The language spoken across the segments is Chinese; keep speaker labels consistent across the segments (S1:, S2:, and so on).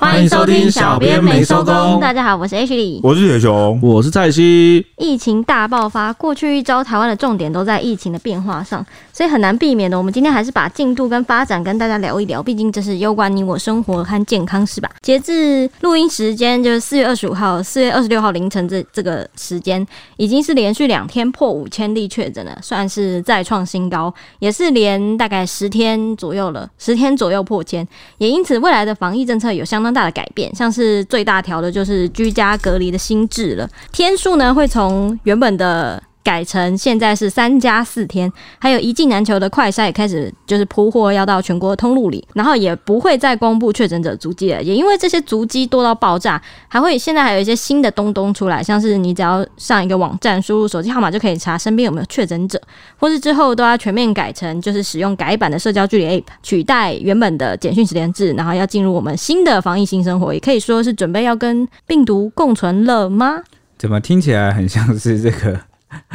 S1: 欢迎收听小编没收工
S2: 大家好，我是 H 李。
S1: 我是铁熊，
S3: 我是蔡西，
S2: 疫情大爆发，过去一周台湾的重点都在疫情的变化上，所以很难避免的。我们今天还是把进度跟发展跟大家聊一聊，毕竟这是攸关你我生活和健康，是吧？截至录音时间就是四月二十五号、四月二十六号凌晨这这个时间，已经是连续两天破五千例确诊了，算是再创新高，也是连大概十天左右了，十天左右破千。也因此，未来的防疫政策有相当大的改变，像是最大条的就是居家隔离的新制了，天数呢会从原本的改成现在是三加四天，还有一剂难求的快筛也开始就是铺货要到全国通路里，然后也不会再公布确诊者足迹了，也因为这些足迹多到爆炸，还会现在还有一些新的东东出来，像是你只要上一个网站输入手机号码就可以查身边有没有确诊者，或是之后都要全面改成就是使用改版的社交距离 App 取代原本的简讯十连制，然后要进入我们新的防疫新生活，也可以说是准备要跟病毒共存了吗？
S3: 怎么听起来很像是这个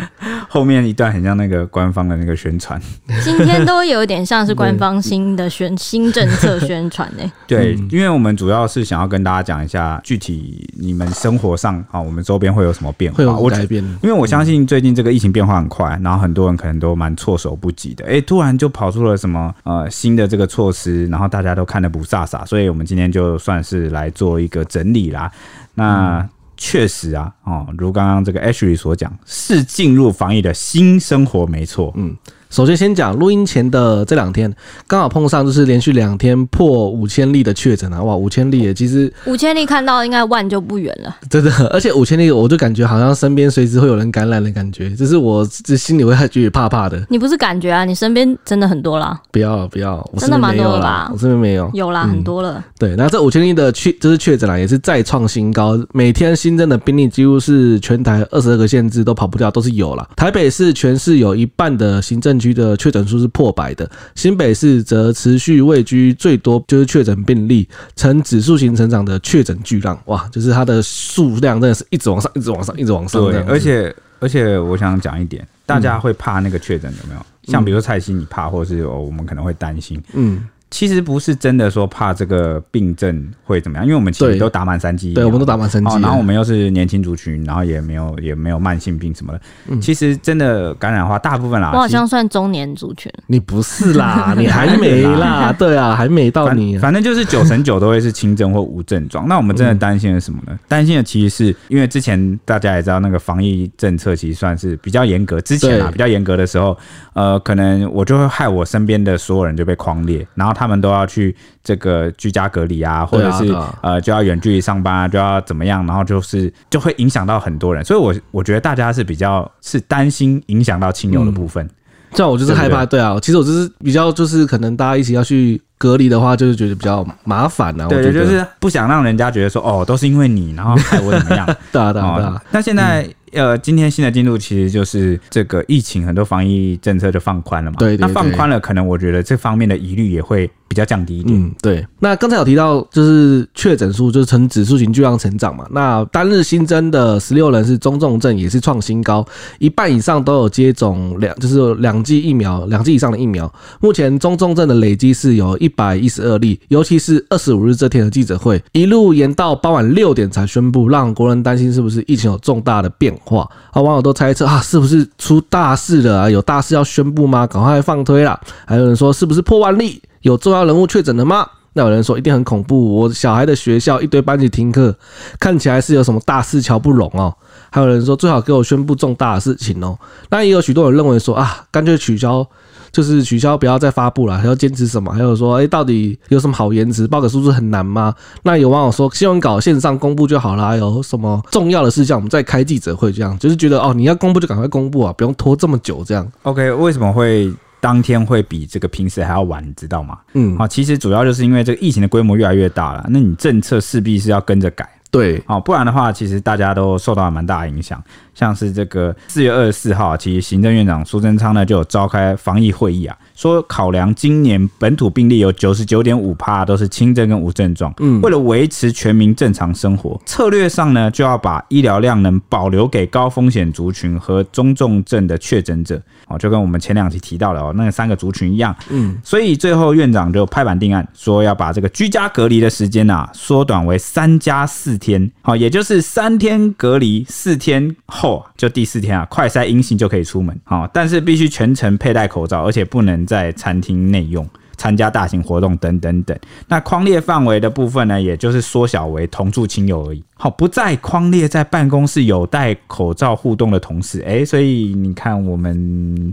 S3: 后面一段很像那个官方的那个宣传？
S2: 今天都有点像是官方新的宣新政策宣传欸呢、
S3: 对，因为我们主要是想要跟大家讲一下具体你们生活上啊，我们周边会有什么变化
S4: 会。有
S3: 我
S4: 改变。
S3: 因为我相信最近这个疫情变化很快，然后很多人可能都蛮措手不及的。诶，突然就跑出了什么呃新的这个措施，然后大家都看得不飒飒，所以我们今天就算是来做一个整理啦。那、确实啊，哦，如刚刚这个 Ashley 所讲，是进入防疫的新生活，没错。嗯，
S4: 首先先讲录音前的这两天，刚好碰上就是连续两天破五千例的确诊啊，哇，五千例耶，其实
S2: 五千例看到应该万就不远了，
S4: 真的， 而且五千例我就感觉好像身边随时会有人感染的感觉，就是我这心里会觉得怕怕的。
S2: 你不是感觉啊？你身边真的很多啦，
S4: 不要不要，我
S2: 真
S4: 身
S2: 的
S4: 边
S2: 蛮
S4: 没
S2: 多
S4: 有
S2: 的吧
S4: 啦，我身边没有。
S2: 有啦，很多了。
S4: 对，那这五千例的确就是确诊啊，也是再创新高，每天新增的病例几乎是全台二十二个县市都跑不掉，都是有了。台北市全市有一半的行政区的确诊数是破百的，新北市则持续位居最多，就是确诊病例呈指数型成长的确诊巨浪，哇，就是它的数量真的是一直往上，一直往上，一直往上这
S3: 对
S4: 样，子。
S3: 而且而且我想讲一点，大家会怕那个确诊有没有？像比如说蔡西，你怕，或者是、哦、我们可能会担心，
S4: 嗯，
S3: 其实不是真的说怕这个病症会怎么样，因为我们其实
S4: 对
S3: 都打满三剂疫苗，
S4: 对，我们都打满三剂
S3: 哦
S4: 了，，
S3: 然后我们又是年轻族群，然后也没有也没有慢性病什么的。
S4: 嗯
S3: 其实真的感染的话，大部分
S4: 啊
S3: 啦，
S2: 我好像算中年族群，
S4: 你不是 啦，你还没啦，对啊，还没到
S3: 反
S4: 你啊，
S3: 反正就是九成九都会是轻症或无症状。那我们真的担心的是什么
S4: 嗯
S3: 呢？担心的其实是因为之前大家也知道，那个防疫政策其实算是比较严格。之前啊，
S4: 对
S3: 比较严格的时候，呃，可能我就会害我身边的所有人就被框列，然后他们都要去这个居家隔离啊，或
S4: 对
S3: 者
S4: 啊
S3: 是、
S4: 对啊
S3: 呃就要远距离上班啊，就要怎么样，然后就是就会影响到很多人。所以我我觉得大家是比较是担心影响到亲友的部分。
S4: 这样我就是害怕，对啊，其实我就是比较就是可能大家一起要去隔离的话，就是觉得比较麻烦啊。我
S3: 对，
S4: 觉得
S3: 就是不想让人家觉得说哦，都是因为你，然后害我怎么样。
S4: 对啊对啊对
S3: 哦
S4: 啊，，
S3: 那现在、呃，今天新的进度其实就是这个疫情很多防疫政策就放宽了嘛。
S4: 对对
S3: 那放
S4: 对
S3: 宽了，可能我觉得这方面的疑虑也会比较降低一点。
S4: 嗯对。那刚才有提到就是确诊数就是呈指数型巨量成长嘛，那单日新增的十六人是中重症，也是创新高，一半以上都有接种两就是两剂疫苗，两剂以上的疫苗。目前中重症的累积是有一百一十二例，尤其是二十五日这天的记者会，一路延到傍晚六点才宣布，让国人担心是不是疫情有重大的变化。啊，网友都猜测啊，是不是出大事了啊？有大事要宣布吗？赶快放推啦！还有人说，是不是破万例？有重要人物确诊了吗？那有人说一定很恐怖，我小孩的学校一堆班级停课，看起来是有什么大事瞧不拢哦。还有人说最好给我宣布重大的事情哦。那也有许多人认为说啊，干脆取消，就是取消不要再发布了，还要坚持什么？还有说，哎、到底有什么好延迟？报个数字很难吗？那有网友说新闻稿线上公布就好啦，有什么重要的事项我们再开记者会，这样就是觉得哦，你要公布就赶快公布啊，不用拖这么久这样。
S3: OK，为什么会当天会比这个平时还要晚？你知道吗？哦
S4: 嗯，
S3: 好，其实主要就是因为这个疫情的规模越来越大了，那你政策势必是要跟着改。
S4: 对，
S3: 哦，不然的话，其实大家都受到蛮大影响。像是这个四月二十四号，啊其实行政院长苏贞昌呢就有召开防疫会议啊，说考量今年本土病例有九十九点五帕都是轻症跟无症状，
S4: 嗯
S3: 为了维持全民正常生活，策略上呢就要把医疗量能保留给高风险族群和中重症的确诊者，哦，就跟我们前两期提到的哦那三个族群一样，
S4: 嗯，
S3: 所以最后院长就拍板定案，说要把这个居家隔离的时间啊缩短为三加四天，好，也就是三天隔离，四天后啊就第四天啊，快筛阴性就可以出门，好，但是必须全程佩戴口罩，而且不能在餐厅内用。参加大型活动等等等，那框列范围的部分呢，也就是缩小为同住亲友而已。好，不再框列在办公室有戴口罩互动的同事。诶、所以你看，我们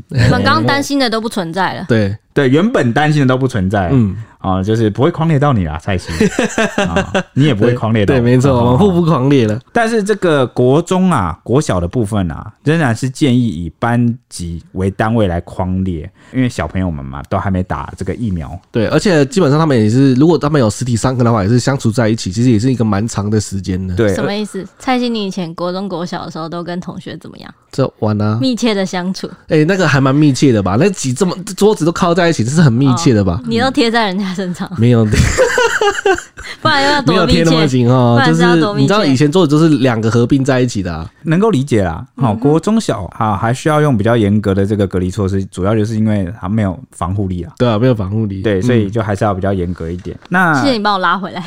S2: 你们刚刚担心的都不存在了。
S4: 对，
S3: 对原本担心的都不存在。
S4: 嗯，
S3: 啊、就是不会框列到你啦，蔡心，啊、你也不会框列到
S4: 对，
S3: 我
S4: 没错，
S3: 哦
S4: 我们互不狂烈了。
S3: 但是这个国中啊、国小的部分啊，仍然是建议以班级为单位来框列，因为小朋友们嘛，都还没打这个疫苗，
S4: 对，而且基本上他们也是，如果他们有实体上课的话，也是相处在一起，其实也是一个蛮长的时间的。，
S3: 对，
S2: 什么意思？蔡心，你以前国中、国小的时候都跟同学怎么样？
S4: 这玩啊，
S2: 密切的相处，
S4: 哎、那个还蛮密切的吧？那几这么桌子都靠在一起，这是很密切的吧？
S2: 你都贴在人家身上，
S4: 没有，
S2: 不然又要
S4: 没
S2: 多
S4: 有
S2: 密
S4: 贴那么
S2: 切。
S4: 紧哦，
S2: 不
S4: 就
S2: 然是要多密
S4: 你知道
S2: 切
S4: 以前桌子都是两个合并在一起的、啊，
S3: 能够理解啦。好、国中小啊，还需要用比较严格的这个隔离措施，主要就是因为它没有防护力啊。
S4: 对啊，没有防护力，
S3: 对，所以
S4: 嗯
S3: 就还是要比较严格一点。那
S4: 啊
S2: 谢谢你帮我拉回来。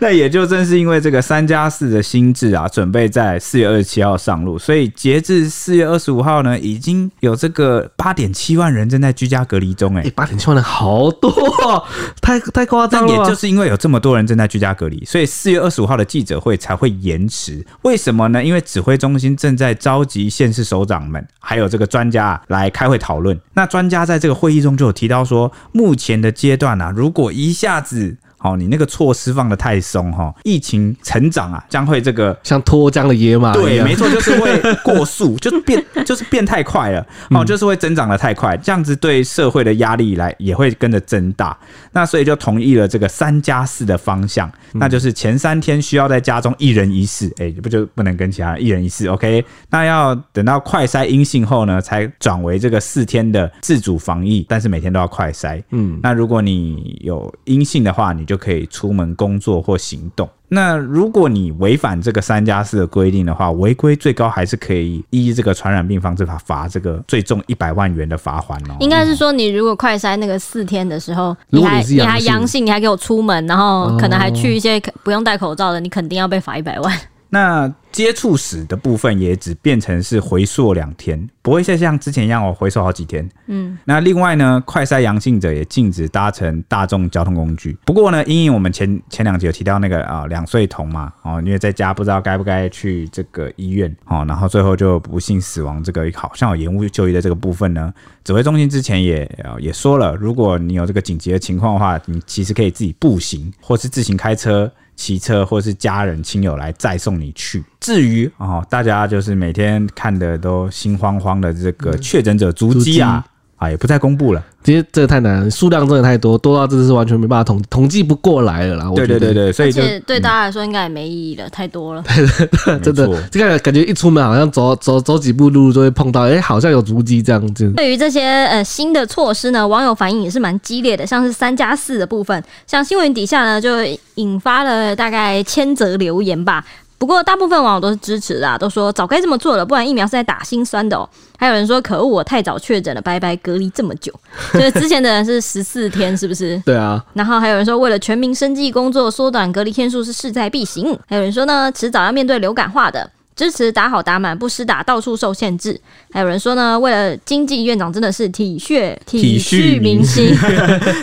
S3: 那也就正是因为这个三加四的新制啊，准备在四月二十七号上路，所以截至四月二十五号呢，已经有这个八点七万人正在居家隔离中、欸，
S4: 哎，八点七万人好多、哦，太太夸张
S3: 但
S4: 了啊
S3: 也
S4: 吧。
S3: 就是因为有这么多人正在居家隔离，所以四月二十五号的记者会才会延迟。为什么呢？因为指挥中心正在召集县市首长们，还有这个专家啊来开会讨论。那专家在这个会议中就有提到说，目前的阶段啊，如果一下子哦，你那个措施放的太松哈、哦，疫情成长啊，将会这个
S4: 像脱缰的野马啊一
S3: 对，
S4: 样，
S3: 没错，就是会过速，就是变 就是变太快了，哦，就是会增长的太快，这样子对社会的压力来也会跟着增大。那所以就同意了这个三加四的方向，那就是前三天需要在家中一人一室，哎、不就不能跟其他人一人一室？OK，那要等到快筛阴性后呢，才转为这个四天的自主防疫，但是每天都要快筛。
S4: 嗯，
S3: 那如果你有阴性的话，你就可以出门工作或行动。那如果你违反这个三加四的规定的话，违规最高还是可以依这个传染病防治法罚这个最重一百万元的罚款哦。
S2: 应该是说，你如果快筛那个四天的时候，
S4: 如
S2: 你
S4: 果你
S2: 还
S4: 是
S2: 你还
S4: 阳性
S2: 阳性，你还给我出门，然后可能还
S4: 哦
S2: 去一些不用戴口罩的，你肯定要被罚一百 万。
S3: 那接触史的部分也只变成是回溯两天，不会再像之前一样哦回溯好几天。
S2: 嗯，
S3: 那另外呢，快筛阳性者也禁止搭乘大众交通工具。不过呢，因应我们前前两集有提到那个啊两岁童嘛，哦，因为在家不知道该不该去这个医院哦，然后最后就不幸死亡，这个好像有延误就医的这个部分呢，指挥中心之前也呃也说了，如果你有这个紧急的情况的话，你其实可以自己步行，或是自行开车。骑车或是家人亲友来载送你去。至于哦，大家就是每天看的都心慌慌的这个确诊者足迹啊，啊，也不再公布了。
S4: 其实这个太难了，数量真的太多，多到这是完全没办法统统计不过来了啦。我
S3: 对
S4: 觉
S3: 对
S4: 得
S3: 对对，所
S2: 而
S3: 以就
S2: 且对大家来说应该也没意义了，太多了。
S4: 真
S3: 没错
S4: 的，这个感觉一出门好像走走走几步路就会碰到，哎、好像有足迹这样子。
S2: 对于这些呃新的措施呢，网友反应也是蛮激烈的，像是三加四的部分，像新闻底下呢就引发了大概千则留言吧。不过大部分网友都是支持的、啊，都说早该这么做了，不然疫苗是在打心酸的哦。还有人说可恶，我太早确诊了，白白隔离这么久。就是之前的人是十四天，是不是？
S4: 对啊，
S2: 然后还有人说，为了全民生计工作，缩短隔离天数是势在必行。还有人说呢，迟早要面对流感化的，支持打好打满，不施打到处受限制。还有人说呢，为了经济院长真的是体恤体
S3: 体恤
S2: 恤明
S3: 明
S2: 星，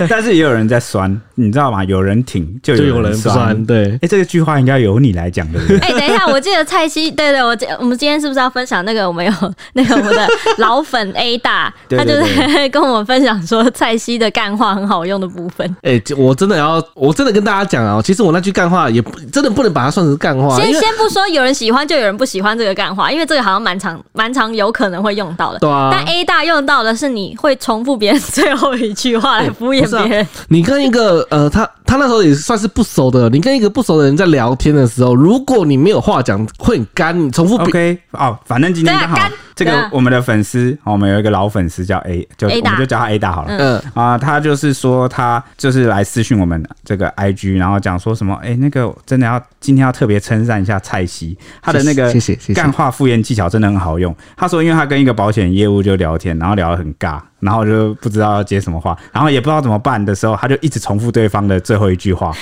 S3: 但是也有人在酸，你知道吗？有人挺就
S4: 就有
S3: 人
S4: 人算对
S3: 哎、。这个句话应该由你来讲，对不对？
S2: 哎、等一下，我记得蔡西，对对，我记我们今天是不是要分享那个我们有 那个我们的老粉 A 大，
S3: 对对
S2: 他就是跟我们分享说蔡西的干话很好用的部分。
S4: 哎、我真的要，我真的跟大家讲啊，其实我那句干话也不真的不能把它算成干话，
S2: 先
S4: 因为
S2: 先不说有人喜欢就有人不喜欢这个干话，因为这个好像蛮常蛮常有可能会用到的。
S4: 对啊，
S2: 但 A 大
S3: 啊
S2: 用到的是你会重复别人最后一句话来敷衍别人，
S4: 你跟一个呃，他他那时候也算是不熟的。你跟一个不熟的人在聊天的时候，如果你没有话讲，会很干，你重复比
S3: OK，哦，反正今天刚好
S2: 对啊干
S3: 这
S2: 对
S3: 个
S2: 啊
S3: 我们的粉丝，哦我们有一个老粉丝叫 A，就
S2: A
S3: 我
S2: 大
S3: 们就叫他 A 大好了。
S4: 嗯
S3: 啊、他就是说他就是来私讯我们这个 IG，然后讲说什么，哎、那个真的要今天要特别称赞一下蔡西，他的那个
S4: 谢谢谢谢
S3: 干话复原技巧真的很好用。他说，因为他跟一个保险业务就聊天，然后聊得很尬，然后就不知道要接什么话，然后也不知道怎么办的时候，他就一直重复对方的最后一 句话，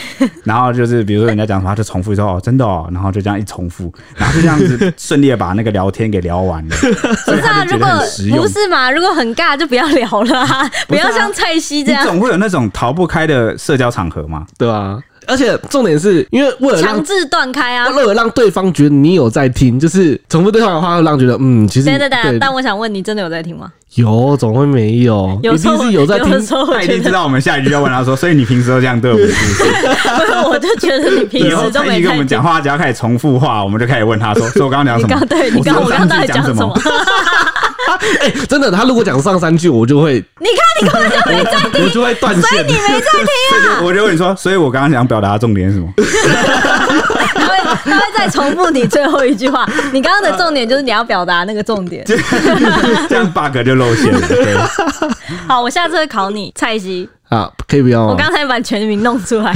S3: 然后就是比如说人家讲什么，他就重复说哦真的哦，然后就这样一重复，然后就这样子顺利的把那个聊天给聊完 了，所
S2: 不
S3: 以
S2: 是
S3: 他
S2: 啊，
S3: 就
S2: 如
S3: 觉
S2: 果
S3: 得很实用
S2: 不。是嘛，如果很尬就不要聊了、啊，不
S3: 不是啊
S2: 要像蔡西这
S3: 你
S2: 样
S3: 总会有那种逃不开的社交场合嘛？
S4: 对啊。而且重点是因为为了让
S2: 强制断开啊。
S4: 为了让对方觉得你有在听，就是重复对方的话，会让觉得嗯，其实
S2: 对对对，
S4: 对
S2: 但我想问你，真的有在听吗？
S4: 有总会没有，
S2: 有
S4: 一
S2: 时候
S4: 定是有在听
S2: 有的时 候我
S3: 他一
S2: 觉
S3: 定知
S2: 得，
S3: 道我们下一句要问他说，所以你平时都这样对我们是不是？
S2: 不是，我就觉得你 平
S3: 以后
S2: 时都
S3: 蔡
S2: 没
S3: 西跟
S2: 在
S3: 我
S2: 听
S3: 们讲。话，只要开始重复话，我们就开始问他说，所以我刚刚 讲
S2: 你
S3: 什
S2: 刚
S3: 么？
S2: 对你刚
S3: 我
S2: 我刚到底
S3: 讲
S2: 讲什么？
S4: 哎、真的，他如果讲上三句，我就会，
S2: 你看你根本就没在听，
S4: 我就会断线。
S3: 所以就我就问你
S2: 啊
S3: 说， 所以我刚刚想表达的重点 是什么？
S2: 他会他会再重复你最后一句话。你刚刚的重点就是你要表达那个重 点。
S3: 这样 bug 就露馅了。对，
S2: 好，我下次会考你蔡西，
S4: 啊，可以不要
S2: 我
S4: 吗？
S2: 刚才把全名弄出 来。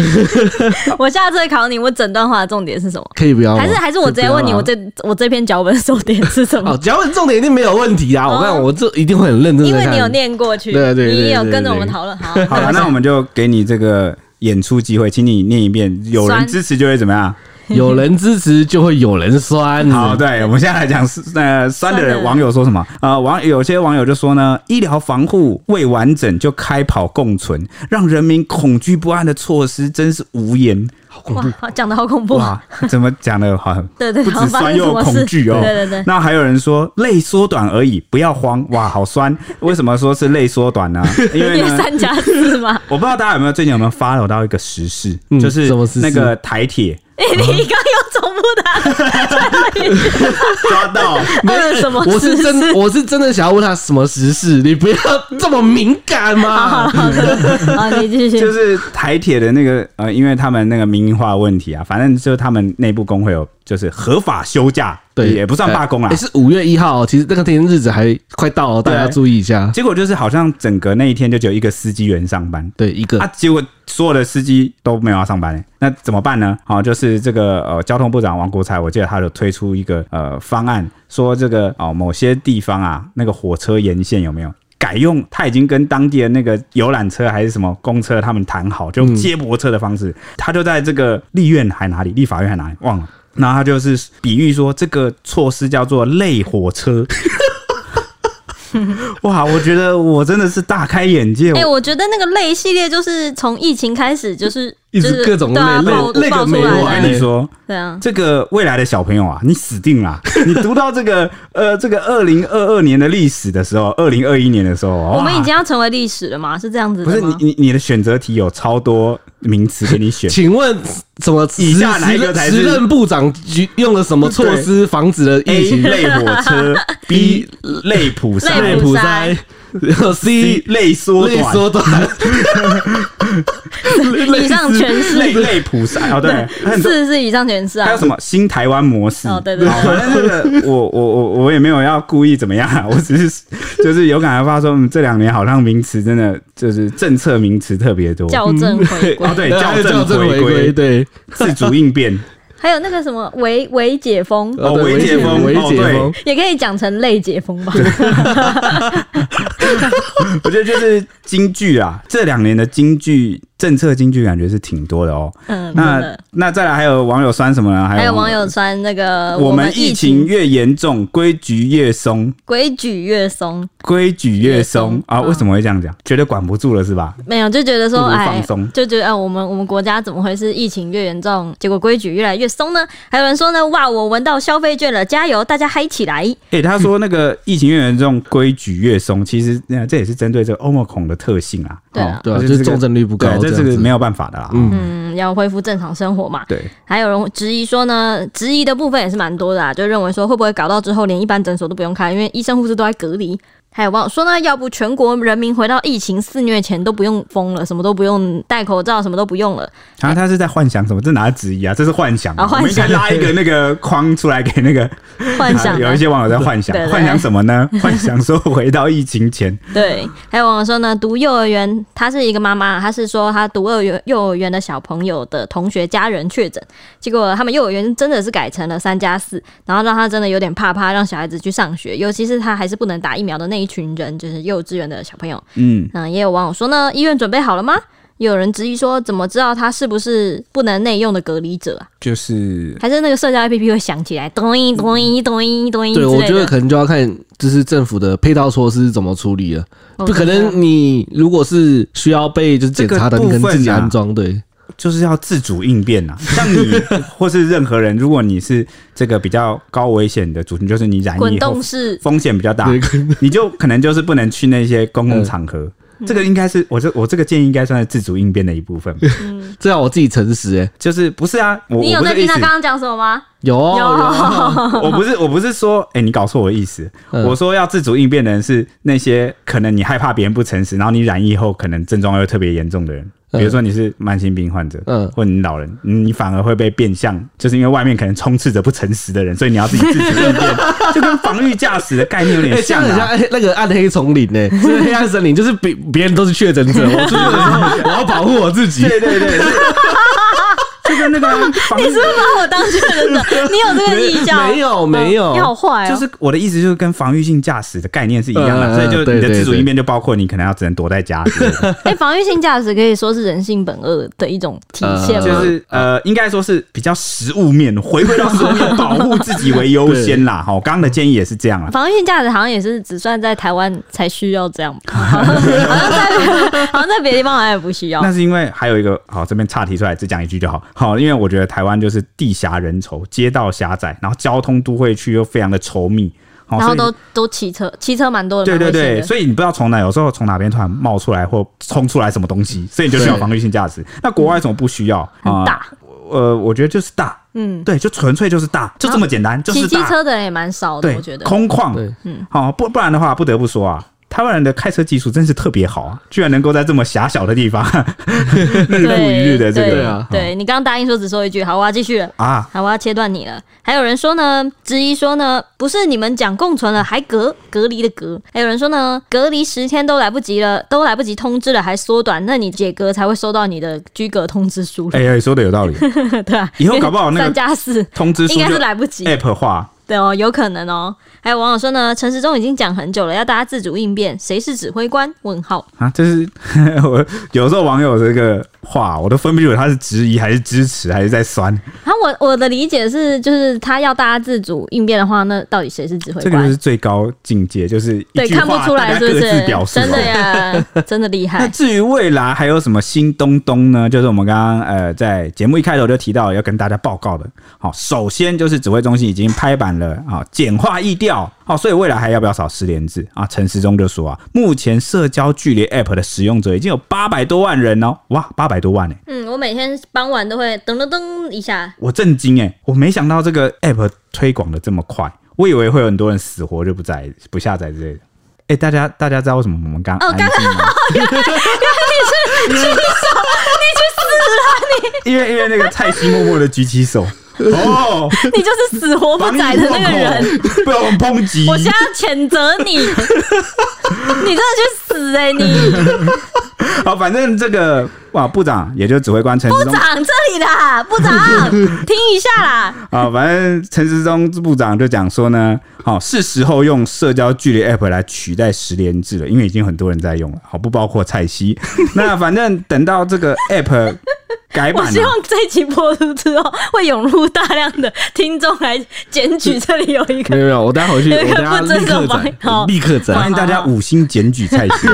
S2: 我下次会考你，我整段话的重点是什么？
S4: 可以不要吗？
S2: 还是还是我直接问你，
S4: 可以不要吗
S2: 我这我这篇脚本的重点是什
S4: 啊哦，
S2: 么？
S4: 只要问重点一定没有问题啊！我
S2: 哦
S4: 看我这一定会很认真的，
S2: 因为你有，念过去，
S4: 对对对
S2: 你也有
S4: 对对
S2: 跟着我
S4: 对
S2: 们讨论。 好 啊，
S3: 好了，那我们就给你这个演出机会，请你念一遍，有人
S2: 酸
S3: 支持就会怎么样？
S4: 有人支持就会有人酸。
S3: 好，，对，我们现在来讲是呃酸的
S2: 酸
S3: 人
S2: 嗯的
S3: 网友说什么？呃，网有些网友就说呢，医疗防护未完整就开跑共存，让人民恐惧不安的措施真是无言。
S2: 哇，好讲的好恐怖，啊
S3: 哇，怎么讲的好？
S2: 对对，
S3: 不
S2: 好
S3: 止
S2: 发
S3: 酸
S2: 生什
S3: 又
S2: 么
S3: 恐
S2: 事？
S3: 惧哦，
S2: 对对对。
S3: 那还有人说泪缩短而已，不要慌。哇，好酸！为什么说是泪缩短 呢？因为
S2: 因为
S3: 呢，
S2: 三加四 嘛，
S3: 我不知道大家有没有最近有没有 follow 到一个时事，
S4: 嗯
S3: 就是
S4: 什么时事
S3: 那个台铁
S2: 哎你刚又重复他，
S3: 抓到。
S4: 没哎
S2: 呃什么
S4: 我是
S2: 时
S4: 真
S2: 事，
S4: 我是真的想要问他什么时事，你不要这么敏 感嘛。
S2: 好，你继续。
S3: 就是台铁的那个呃，因为他们那个民营化的问题啊，反正就是他们内部工会有就是合法休假，
S4: 对，哎
S3: 也不算罢工啦啊
S4: 也。是五月一号哦，其实那个天日子还快到了，大家
S3: 对
S4: 注意一下。
S3: 结果就是好像整个那一天就只有一个司机员上班，
S4: 对，一个
S3: 啊，结果所有的司机都没有要上班、欸，那怎么办呢？好、就是这个呃，交通部长王国才，我记得他有推出一个呃方案，说这个哦、某些地方啊，那个火车沿线有没有？改用他已经跟当地的那个游览车还是什么公车，他们谈好，就用
S2: 嗯
S3: 接驳车的方式，他就在这个立院还哪里，立法院还哪里忘了。然后他就是比喻说，这个措施叫做“类 火车” 。哇，我觉得我真的是大开眼界。
S2: 哎、我觉得那个类系列就是从疫情开始，就是
S4: 一直
S2: 就是
S4: 各种
S2: 对啊
S4: 类
S2: 爆
S4: 类
S2: 爆
S4: 个
S2: 出
S4: 没
S2: 来
S3: 我
S4: 完
S2: 的
S3: 跟你说，
S2: 对啊，
S3: 这个未来的小朋友啊，你 死定了！你读到这个呃，这个二零二二年的历史的时候，二零二一年的时候，啊哇
S2: 我们已经要成为历史了嘛，是这样子
S3: 不是
S2: 的
S3: 你
S2: 吗？
S3: 你你的选择题有超多名词给你 选，
S4: 请问什么
S3: 以
S4: 时
S3: 下哪一个才是
S4: 时任部长举用了什么措施防止了
S3: A
S4: 疫情？
S3: 类火 车，B 类普筛
S2: 类普筛
S4: 普筛
S3: ，C
S4: ，C
S3: 类缩
S4: 类
S3: 短。
S4: 缩短，
S2: 以上全是
S3: 类类普筛哦，对，还有很多
S2: 是是以上全是啊
S3: 还有。什么新台湾模式？
S2: 哦对对对
S3: 好反正这个我我我我也没有要故意怎么样啊， 我只是就是有感而发说，嗯，这两年好像名词真的就是政策名词特别多，
S2: 校正回归
S3: 哦，对，
S4: 还
S3: 校
S4: 有校正
S3: 正回
S4: 回归，
S3: 归、
S4: 对，
S3: 自主应变、
S2: 还有那个什么维维解封，
S3: 哦
S4: 对
S3: 微解封
S4: 微
S3: 哦
S4: 解
S3: 对
S4: 封，
S2: 也可以讲成类解封吧？
S3: 我觉得就是京剧啊，这两年的京剧政策京剧感觉是挺多的哦。
S2: 嗯，真
S3: 那
S2: 的。
S3: 那再来还有网友酸什么呢？还
S2: 还有网
S3: 友。
S2: 友穿那个
S3: 我们疫
S2: 疫
S3: 情越严重，规矩越松，
S2: 规矩越松，
S3: 规矩越松
S2: 越松
S3: 啊！
S2: 嗯
S3: 为什么会这样讲？觉得管不住了是吧？
S2: 没有就觉得
S3: 不
S2: 说
S3: 如
S2: 哎
S3: 放松，
S2: 就觉得哎、我们我们国家怎么会是疫情越严重，结果规矩越来越松呢？还有人说呢，哇，我闻到消费券了，加油，大家嗨起来！
S3: 诶、他说那个疫情越严重，规矩越松，其实那这也是针对这个欧盟孔的特性啊。
S2: 对啊
S3: 哦
S4: 对啊，就
S3: 就
S4: 是
S3: 这
S4: 重
S3: 个
S4: 症率不高，
S3: 对，这
S4: 样
S3: 是
S4: 子
S3: 没有办法的啦。
S4: 嗯
S2: 嗯，要恢复正常生活嘛。
S3: 对，
S2: 还有人质疑说呢，质疑的部分也是蛮多的啊，就认为说会不会搞到之后连一般诊所都不用开，因为医生护士都在隔离。还有网友说呢，要不全国人民回到疫情肆虐前都不用疯了，什么都不用戴口罩，什么都不用 了。
S3: 啊，他是在幻想什么？这哪是质疑啊？这是幻想、
S2: 啊幻想
S3: 我们应该拉一个那个框出来给那个啊
S2: 幻想
S3: 有一些网友在幻想
S2: 对对，对
S3: 幻想什么 呢？幻想说回到疫情前，
S2: 对，还有网友说呢，读幼儿园，她是一个妈妈，她是说她读幼儿园幼儿园的小朋友的同学家人确诊，结果他们幼儿园真的是改成了三加四，然后让她真的有点怕怕，让小孩子去上学，尤其是她还是不能打疫苗的那一群人，就是幼稚园的小朋友。
S3: 嗯，
S2: 嗯，也有网友说呢，医院准备好了吗？也有人质疑说，怎么知道他是不是不能内用的隔离者啊？
S3: 就是
S2: 还是那个社交 APP 会响起来，咚一咚一咚一咚一之
S4: 对，
S2: 类的？
S4: 我觉得可能就要看就是政府的配套措施是怎么处理了。
S2: 哦
S4: 不可
S2: 真的
S4: 能，你如果是需要被就是检查的，
S3: 这
S4: 你
S3: 个
S4: 可
S3: 部分啊
S4: 能自己安装。对，
S3: 就是要自主应变呐、啊 像你或是任何人，如果你是这个比较高危险的族群，就是你染疫
S2: 滚
S3: 以后
S2: 动式
S3: 风险比较大
S4: 对，
S3: 你就可能就是不能去那些公共场 合。
S2: 嗯
S3: 这个应该是我这我这个建议应该算是自主应变的一部分，
S4: 这要我自己诚实。哎，
S3: 就是不是啊？我
S2: 你
S3: 我
S2: 有
S3: 不
S2: 在
S3: 是
S2: 听
S3: 意
S2: 他
S3: 思
S2: 刚，刚讲什么吗？
S4: 有有，
S3: 我不是我不是说，哎、你搞错我的意思。
S4: 嗯
S3: 我说要自主应变的人是那些可能你害怕别人不诚实，然后你染疫后可能症状又特别严重的人，
S4: 嗯
S3: 比如说你是慢性病患者，
S4: 嗯
S3: 或你老人，你反而会被变相，就是因为外面可能充斥着不诚实的人，所以你要自己自主 应变，就跟防御驾驶的概念有
S4: 哎，
S3: 点
S4: 像
S3: 像
S4: 很像
S3: 啊。
S4: 哎那个暗黑丛 林呢，就是黑暗森林，就是别别人都是确诊 者，我出去的时候我要保护我自 己。
S3: 对对对，就跟那个防
S2: 你是不是把我当确诊 者？你有这个意向？
S4: 没没有没有
S2: 哦你好坏哦！
S3: 就是我的意思，就是跟防御性驾驶的概念是一样
S4: 嗯嗯
S3: 的，所以就
S4: 对
S3: 你的
S4: 对
S3: 自主
S4: 对
S3: 应变就包括你可能要只能躲在家之类的，
S2: 哎、防御性价值可以说是人性本恶的一种体现
S4: 呃
S2: 吗？
S3: 就是呃，应该说是比较实物面，回归到实物面，保护自己为优 先啦。哈，刚刚的建议也是这样啊啦。
S2: 防御性价值好像也是只算在台湾才需要这样吧， 好像在好像在别的地方好像也不需要
S3: 那。是因为还有一个好，这边岔题出来，只讲一句就好。好，因为我觉得台湾就是地狭人稠，街道狭窄，然后交通都会区又非常的稠密，好
S2: 然后
S3: 所以
S2: 都都骑车，骑车蛮多的，
S3: 对对
S2: 蛮危险
S3: 对，
S2: 的
S3: 所以你不知道从哪，有时候从哪边突然冒出来或冲出来什么东西，所以你就需要
S4: 对
S3: 防御性价值。那国外怎么不需要？
S2: 嗯很
S3: 啊
S2: 大。
S3: 呃，我觉得就是大，
S2: 嗯，
S3: 对，就纯粹就是大，就这么简单，就
S2: 骑
S3: 是
S2: 机
S3: 大。
S2: 车的人也蛮少的，
S3: 对，
S2: 我觉得。
S3: 空旷，
S4: 对
S3: 嗯，好、不不然的话，不得不说啊，台湾人的开车技术真是特别好啊，居然能够在这么狭小的 地方日复一日的这
S4: 对
S3: 个
S4: 啊
S2: 对你刚刚答应说只说一句，好，我要继续了。
S3: 啊，
S2: 好，我要切断你了。还有人说呢，质疑说呢，不是你们讲共存了，还隔隔离的隔。还有人说呢，隔离十天都来不及了，都来不及通知了，还缩短，那你解隔才会收到你的居隔通知书了，
S3: 哎、哎，说的有道理，
S2: 对啊？
S3: 以后搞不好那 个
S2: 三加四
S3: 通知书
S2: 应该
S3: 就是哎
S2: 来不及，
S3: app 化，
S2: 对哦，有可能哦。还有网友说呢，陈时中已经讲很久了，要大家自主应变，谁是指挥官？问号。
S3: 啊，这是 我有时候网友这个话，我都分不清楚他是质疑还是支持还是在酸，
S2: 然后我我的理解是，就是他要大家自主应变的话，那到底谁是指挥
S3: 这
S2: 官？
S3: 个就是最高境界，就是一
S2: 对，
S3: 句
S2: 看不
S3: 话
S2: 出
S3: 大
S2: 来
S3: 家
S2: 是不
S3: 各
S2: 是
S3: 自表？述、哦，
S2: 真的呀，真的厉
S3: 那
S2: 害。
S3: 至于未来还有什么新东东呢？就是我们刚刚呃在节目一开头就提到要跟大家报告的。好，首先就是指挥中心已经拍板了啊，简化易调。好，所以未来还要不要少十连制啊？陈时中就说啊，目前社交距离 App 的使用者已经有八百多万人哦，哇，八百多万呢、
S2: 嗯，我每天傍晚都会噔噔噔一下，
S3: 我震惊哎、我没想到这个 App 推广的这么快，我以为会有很多人死活就不载不下载之类的。哎、大家大家知道为什么我们刚
S2: 哦
S3: 安静吗？因为因为那个蔡西默默的举起手。哦，
S2: 你就是死活不宰的那个人。
S3: 被我们抨击。
S2: 我现在要谴责 你，你真的去死哎、你
S3: 好，反正这个哇，部长也就是指挥官陈时
S2: 部
S3: 中
S2: 长这里啦，部长听一下啦。
S3: 啊，反正陈时中部长就讲说呢，好、是时候用社交距离 App 来取代十连制了，因为已经很多人在用了，好不包括蔡 西。那反正等到这个 App 改
S2: 我
S3: 版、
S2: 希
S3: 啊，
S2: 望这一期播出之后，会涌入大量的听众来检举这里有一个
S4: 没有没有，我待会 回去，
S2: 有一
S4: 我
S2: 个
S4: 等下
S2: 不
S4: 立
S2: 遵守
S4: 刻
S2: 网
S4: 载，
S2: 好
S4: 我立刻载
S3: 欢。迎大家五星检举蔡西。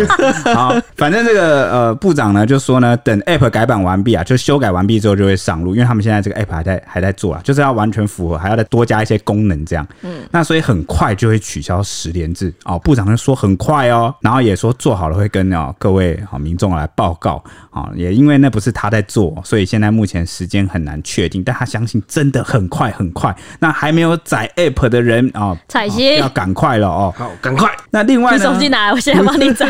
S3: 好，反正这个呃部长呢就说呢，等 App 改版完毕啊，就修改完毕之后就会上路，因为他们现在这个 App 还在还在做啊，就是要完全符合，还要再多加一些功能这样。嗯，那所以很快就会取消十连制哦。部长就说很快哦，然哦后也说做好了会跟哦各位好、民众来报告啊、哦，也因为那不是他在做，所以现在目前时间很难确定，但他相信真的很快很快。那还没有载 App 的人啊，哦
S2: 彩
S3: 哦
S2: 西
S3: 要赶快了哦。
S4: 好，赶快
S3: 那另外
S2: 你手
S3: 呢
S2: 机？拿来，我现在帮 你载。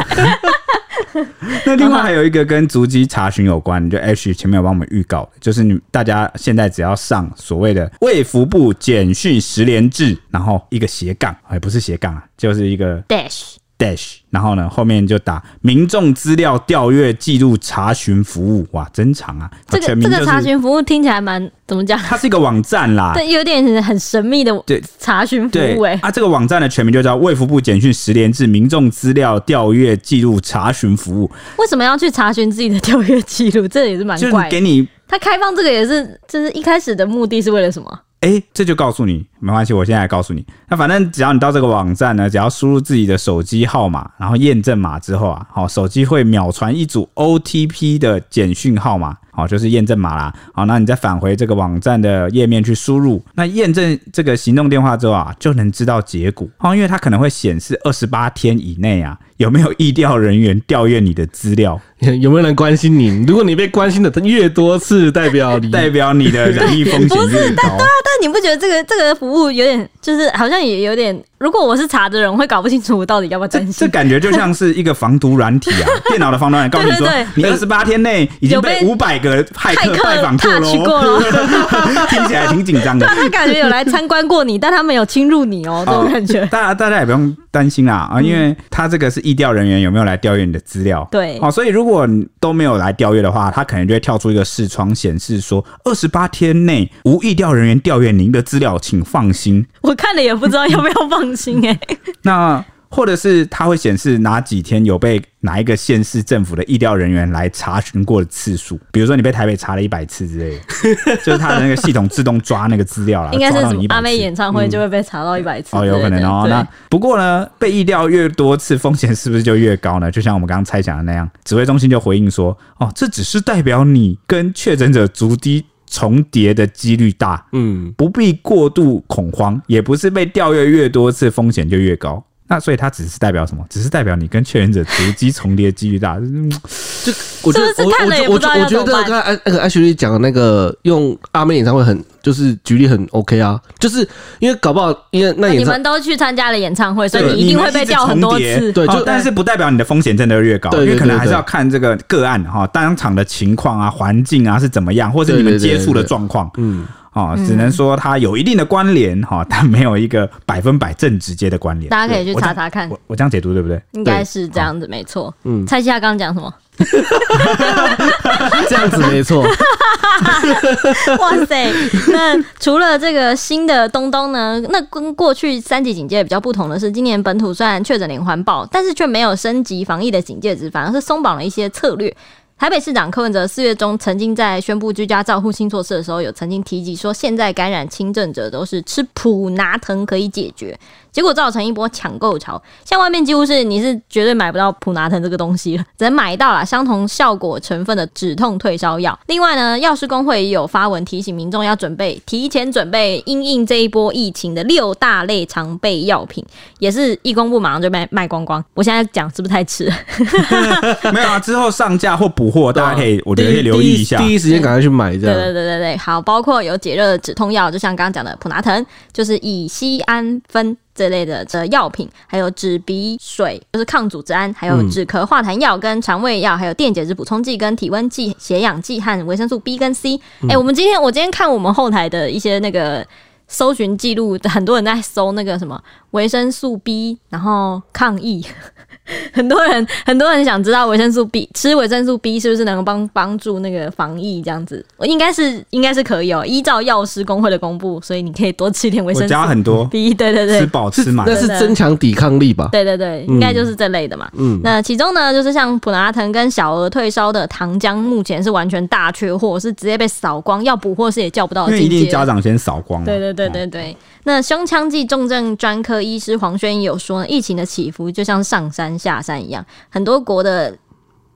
S3: 那另外还有一个跟足迹查询有关，就 H 前面有帮我们预告，就是你大家现在只要上所谓的卫福部简讯十连制，然后一个斜杠，哎，不是斜杠啊，就是一个
S2: Dash，
S3: dash，然后呢后面就打民众资料调阅记录查询服务，哇，真长啊！
S2: 这
S3: 全
S2: 个
S3: 名
S2: 这个
S3: 就是
S2: 查询服务听起来蛮怎么讲？
S3: 它是一个网站啦，
S2: 这有点很神秘的
S3: 对
S2: 查询服
S3: 对
S2: 务哎、
S3: 啊，这个网站的全名就叫卫福部简讯十连制民众资料调阅记录查询服务，
S2: 为什么要去查询自己的调阅记录？这也是蛮
S3: 就是
S2: 怪
S3: 给
S2: 的。
S3: 你。
S2: 他开放这个也是，就是一开始的目的是为了什么？
S3: 哎、这就告诉你，没关系，我现在来告诉你。那反正只要你到这个网站呢，只要输入自己的手机号码，然后验证码之后啊，好，手机会秒传一组 OTP 的简讯号码，好，就是验证码啦。好，那你再返回这个网站的页面去输入，那验证这个行动电话之后啊，就能知道结果。哦，因为它可能会显示二十八天以内啊，有没有意调人员调阅你的资料，
S4: 有没有人关心你？如果你被关心的越多次， 代表你
S3: 代表你的染疫风险越高。啊
S2: 但你不觉得这个这个服务有点，就是好像也有点，如果我是查的人，我会搞不清楚我到底要不要
S3: 这
S2: 担
S3: 这
S2: 心。
S3: 感觉就像是一个防毒软体 啊，电脑的防毒软体告诉你说
S2: 对对，
S3: 你二十八天内已经被
S2: 有
S3: 五百个骇
S2: 骇
S3: 客拜访
S2: 客
S3: 过
S2: touch
S3: 喽，
S2: 过了，
S3: 听起来挺紧 张的。
S2: 他感觉有来参观过你，但他没有侵入你
S3: 啊
S2: 哦，这种感觉。
S3: 大家大家也不用担心啦
S2: 嗯
S3: 啊，因为他这个是意调人员有没有来调阅你的资料，
S2: 对
S3: 哦，所以如果你都没有来调阅的话，他可能就会跳出一个视窗显示说，二十八天内无意调人员调阅您的资料，请放心。
S2: 我看了也不知道要不要放心 哎、
S3: 那或者是它会显示哪几天有被哪一个县市政府的意调人员来查询过的次数，比如说你被台北查了一百次之类 的，就是它的那个系统自动抓那个资料啦，
S2: 应该是
S3: 抓啊到
S2: 什
S3: 你
S2: 么
S3: 100
S2: 阿妹
S3: 次嗯
S2: 演唱会就会被查到一百次之
S3: 哦，
S2: 类的、
S3: 有可能哦。
S2: 对
S3: 那不过呢，被意调越多次，风险是不是就越高呢？就像我们刚刚猜想的那样，指挥中心就回应说：“哦，这只是代表你跟确诊者足低重叠的几率大，
S4: 嗯，
S3: 不必过度恐慌，也不是被调阅越多次风险就越高。那所以它只是代表什么？只是代表你跟确诊者足迹重叠几率大。嗯
S4: 就我觉得
S2: 是不是看了也
S4: 我
S2: 不
S4: 我
S2: 知道
S4: 觉
S2: 要
S4: 我觉
S2: 怎么
S4: 得
S2: 办
S4: 刚才安那个 H 丽讲的那个用阿妹演唱会很就是举例很 OK 啊，就是因为搞不好因为那
S2: 啊你
S4: 演唱
S2: 们都去参加了演唱会，所以
S3: 对
S2: 你一定会被
S3: 们直
S2: 调很多
S3: 重叠
S2: 次。
S4: 对
S3: 哦
S4: 就
S3: 但是不代表你的风险真的越高，
S4: 对对
S3: 因为可能
S4: 对
S3: 还是
S4: 对
S3: 要看这个个案哈、当场的情况啊、环境啊是怎么样，或是你
S4: 对
S3: 们
S4: 对对
S3: 接触的
S4: 对对
S3: 状况。
S4: 嗯
S3: 哦，只能说它有一定的关联哈、但没有一个百分百正直接的关联。
S2: 大家可以去
S3: 我
S2: 查
S3: 这
S2: 查看，
S3: 我我这样解读对不 对？
S2: 应该是这样子，没错。
S4: 嗯
S2: 蔡西亚刚刚讲什么？
S4: 这样子 没错，
S2: 哇塞！那除了这个新的东东呢？那跟过去三级警戒比较不同的是，今年本土虽然确诊连环爆，但是却没有升级防疫的警戒值，反而是松绑了一些策略。台北市长柯文哲四月中曾经在宣布居家照护新措施的时候，有曾经提及说，现在感染轻症者都是吃普拿疼可以解决，结果造成一波抢购潮。像外面几乎是你是绝对买不到普拿疼这个东西了，只能买到啦相同效果成分的止痛退烧药。另外呢，药师工会也有发文提醒民众要准备提前准备因应这一波疫情的六大类常备药品，也是一公布马上就卖卖光光。我现在讲是不是太迟了？
S3: 没有啊，之后上架或补货，
S4: 啊
S3: 大家可以，我觉得可以留意一下
S4: 第。一第一时间赶快去买这
S2: 对对对
S4: 样。
S2: 对对，好，包括有解热的止痛药，就像刚刚讲的普拿疼，就是乙酰氨酚这类的这药品，还有止鼻水，就是抗组织胺，还
S4: 嗯
S2: 有止咳化痰药跟肠胃药，还有电解质补充剂跟体温计、血氧计和维生素 B 跟 C。哎、
S4: 嗯
S2: 我们今天我今天看我们后台的一些那个。搜寻记录，很多人在搜那个什么维生素 B，然后抗疫， 很多人很多人想知道维生素 B 吃维生素 B 是不是能够帮帮助那个防疫这样子？我应该是应该是可以哦，依照药师工会的公布，所以你可以多吃一点维
S3: 我
S2: 生素
S3: 加很多，
S2: B。对 对
S3: 吃
S2: 对。
S3: 饱吃满
S4: 那。是增强抵抗力吧？
S2: 对对对，应该就是这类的嘛。
S4: 嗯
S2: 那其中呢，就是像普拿疼跟小儿退烧的糖浆，目前是完全大缺货，是直接被扫光，要补货是也叫不到
S3: 因
S2: 的
S3: 为一
S2: 境
S3: 定
S2: 界
S3: 家。长先扫光嘛。哦
S2: 对对对对对。那胸腔暨重症专科医师黄轩也有说呢，疫情的起伏就像上山下山一样，很多国的。